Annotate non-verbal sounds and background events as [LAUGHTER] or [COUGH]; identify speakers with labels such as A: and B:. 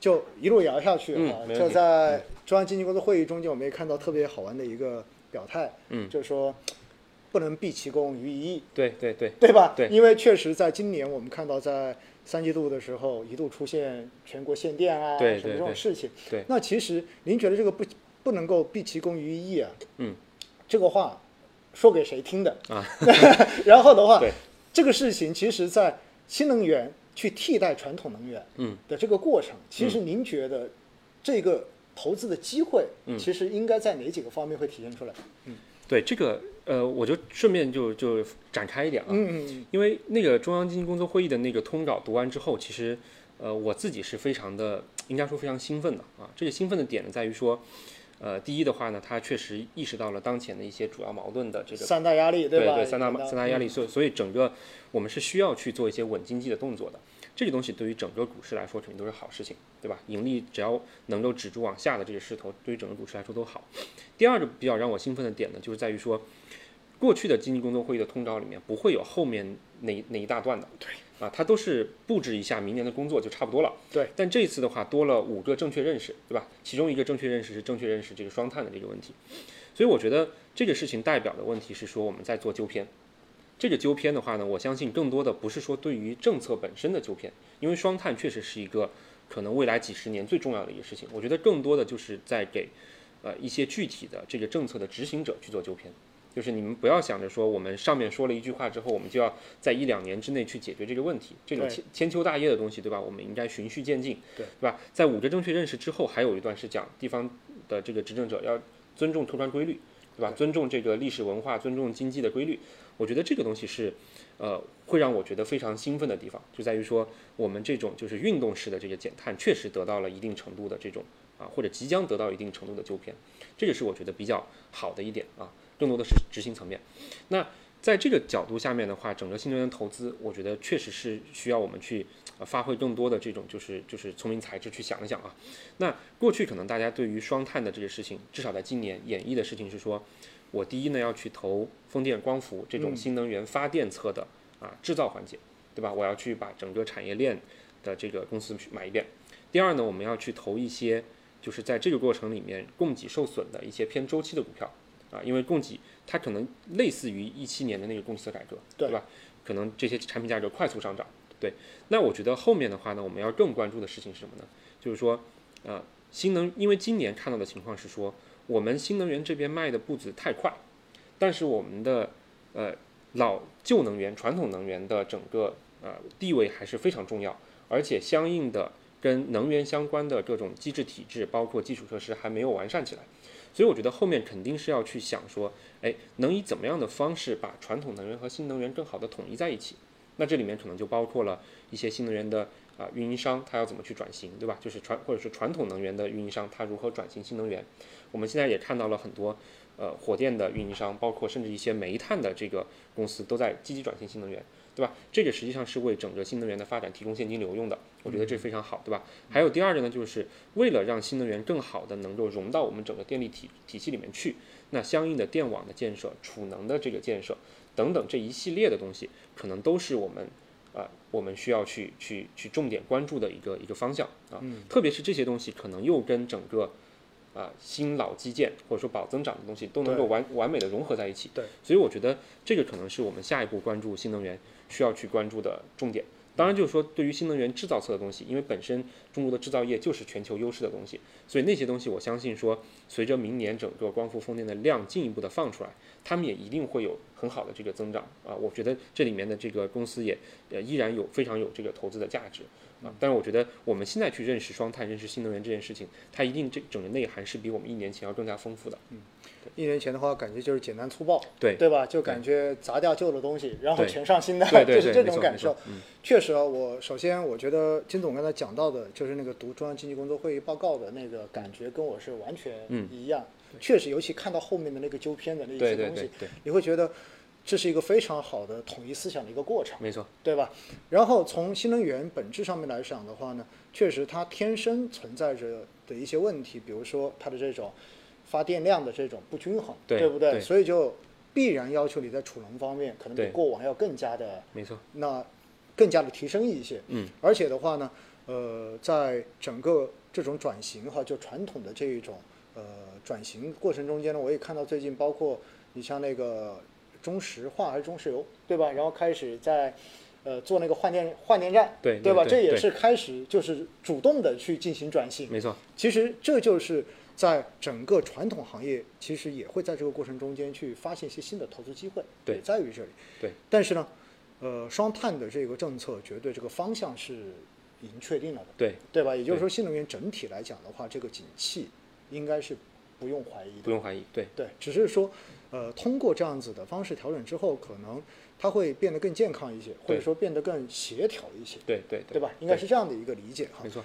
A: 就一路聊下去
B: 嗯
A: 啊，
B: 没问
A: 就
B: 题
A: 在中央经济工作会议中间，我们也看到特别好玩的一个表态，
B: 嗯
A: 就是说不能毕其功于一役， [LAUGHS]
B: 对对对，
A: 对吧？
B: 对
A: 因为确实在今年我们看到在三季度的时候，一度出现全国限电啊，
B: 对
A: 什么
B: 对
A: 这种
B: 对
A: 事情。
B: 对
A: 那其实您觉得这个不不能够毕其功于一役啊？
B: 嗯，
A: 这个话说给谁听的
B: 啊？
A: [LAUGHS] 然后的话
B: 对，
A: 这个事情其实在新能源去替代传统能源
B: 嗯
A: 的这个过程，其实您觉得这个投资的机会，
B: 嗯
A: 其实应该在哪几个方面会体现出来？
B: 对这个呃，我就顺便就就展开一点啊，
A: 嗯嗯
B: 因为那个中央经济工作会议的那个通稿读完之后，其实呃我自己是非常的，应该说非常兴奋的啊。这个兴奋的点呢，在于说，呃，第一的话呢，他确实意识到了当前的一些主要矛盾的这
A: 嗯，
B: 个
A: 三大压力
B: 对
A: 吧？
B: 三大三大压力，所以所以整个我们是需要去做一些稳经济的动作的。这个东西对于整个股市来说肯定都是好事情，对吧？盈利只要能够止住往下的这个势头，对于整个股市来说都好。第二个比较让我兴奋的点呢，就是在于说，过去的经济工作会议的通稿里面不会有后面那一那一大段的，对啊，它都是布置一下明年的工作就差不多了。
A: 对，
B: 但这一次的话多了五个正确认识，对吧？其中一个正确认识是正确认识这个双碳的这个问题，所以我觉得这个事情代表的问题是说我们在做纠偏。这个纠偏的话呢，我相信更多的不是说对于政策本身的纠偏，因为双碳确实是一个可能未来几十年最重要的一个事情。我觉得更多的就是在给呃一些具体的这个政策的执行者去做纠偏，就是你们不要想着说我们上面说了一句话之后，我们就要在一两年之内去解决这个问题，这种
A: 对
B: 千千秋大业的东西，对吧？我们应该循序渐进，
A: 对
B: 对吧？在五个正确认识之后，还有一段是讲地方的这个执政者要尊重客观规律，对吧？尊重这个历史文化，尊重经济的规律。我觉得这个东西是，呃，会让我觉得非常兴奋的地方，就在于说我们这种就是运动式的这个减碳，确实得到了一定程度的这种啊，或者即将得到一定程度的纠偏，这个是我觉得比较好的一点啊。更多的是执行层面。那在这个角度下面的话，整个新能源投资，我觉得确实是需要我们去、呃、发挥更多的这种就是就是聪明才智去想一想啊。那过去可能大家对于双碳的这个事情，至少在今年演绎的事情是说，我第一呢要去投风电、光伏这种新能源发电侧的、啊制造环节，对吧？我要去把整个产业链的这个公司去买一遍。第二呢，我们要去投一些就是在这个过程里面供给受损的一些偏周期的股票啊，因为供给它可能类似于一七年的那个供给侧改革，
A: 对
B: 吧？可能这些产品价格快速上涨，对。那我觉得后面的话呢，我们要更关注的事情是什么呢？就是说，呃，新能，因为今年看到的情况是说，我们新能源这边卖的步子太快，但是我们的呃老旧能源、传统能源的整个呃地位还是非常重要，而且相应的跟能源相关的各种机制体制，包括基础设施还没有完善起来，所以我觉得后面肯定是要去想说，哎，能以怎么样的方式把传统能源和新能源更好的统一在一起？那这里面可能就包括了一些新能源的啊、运营商，它要怎么去转型，对吧？就是传或者是传统能源的运营商，它如何转型新能源？我们现在也看到了很多呃火电的运营商，包括甚至一些煤炭的这个公司都在积极转型新能源，对吧？这个实际上是为整个新能源的发展提供现金流用的，我觉得这非常好，对吧？还有第二个呢，就是为了让新能源更好的能够融到我们整个电力体体系里面去，那相应的电网的建设、储能的这个建设等等这一系列的东西，可能都是我们。啊，我们需要去去去重点关注的一个一个方向啊，
A: 嗯
B: 特别是这些东西可能又跟整个啊新老基建或者说保增长的东西都能够
A: 对
B: 完完美的融合在一起。
A: 对，
B: 所以我觉得这个可能是我们下一步关注新能源需要去关注的重点。当然，就是说对于新能源制造侧的东西，因为本身中国的制造业就是全球优势的东西，所以那些东西我相信说，随着明年整个光伏风电的量进一步的放出来，他们也一定会有很好的这个增长啊。我觉得这里面的这个公司也呃依然有非常有这个投资的价值啊。但是我觉得我们现在去认识双碳、认识新能源这件事情，它一定这整个内涵是比我们一年前要更加丰富的。
A: 一年前的话，感觉就是简单粗暴，
B: 对
A: 对吧？就感觉砸掉旧的东西，然后
B: 对
A: 全上新的，
B: 对对
A: 就是
B: 对
A: 这
B: 没
A: 种
B: 错
A: 感
B: 没
A: 受
B: 错。嗯
A: 确实啊，我首先我觉得金总刚才讲到的，就是那个读中央经济工作会议报告的那个感觉，跟我是完全
B: 嗯
A: 一样。确实，尤其看到后面的那个纠偏的那些
B: 对对
A: 东西，
B: 对对，
A: 你会觉得这是一个非常好的统一思想的一个过程。
B: 没错，
A: 对吧？然后从新能源本质上面来讲的话呢，确实它天生存在着的一些问题，比如说它的这种发电量的这种不均衡，
B: 对
A: 不对？
B: 对
A: 所以就必然要求你在储能方面可能比
B: 对
A: 过往要更加的
B: 没错，
A: 那更加的提升一些。
B: 嗯，
A: 而且的话呢，呃，在整个这种转型哈，就传统的这一种呃转型过程中间呢，我也看到最近包括你像那个中石化还是中石油，对吧？然后开始在呃做那个换电换电站，
B: 对
A: 对吧？
B: 对
A: 这也
B: 对
A: 是开始就是主动的去进行转型。
B: 没错，
A: 其实这就是在整个传统行业，其实也会在这个过程中间去发现一些新的投资机会，
B: 对
A: 也在于这里。
B: 对，
A: 但是呢，呃，双碳的这个政策绝对这个方向是已经确定了的，
B: 对，
A: 对吧？也就是
B: 对
A: 说，新能源整体来讲的话，这个景气应该是不用怀疑的
B: 不。用怀疑，对，
A: 对，只是说，呃，通过这样子的方式调整之后，可能它会变得更健康一些，或者
B: 对
A: 说变得更协调一些，
B: 对，对，
A: 对吧？应该
B: 对
A: 是这样的一个理解哈。
B: 没错。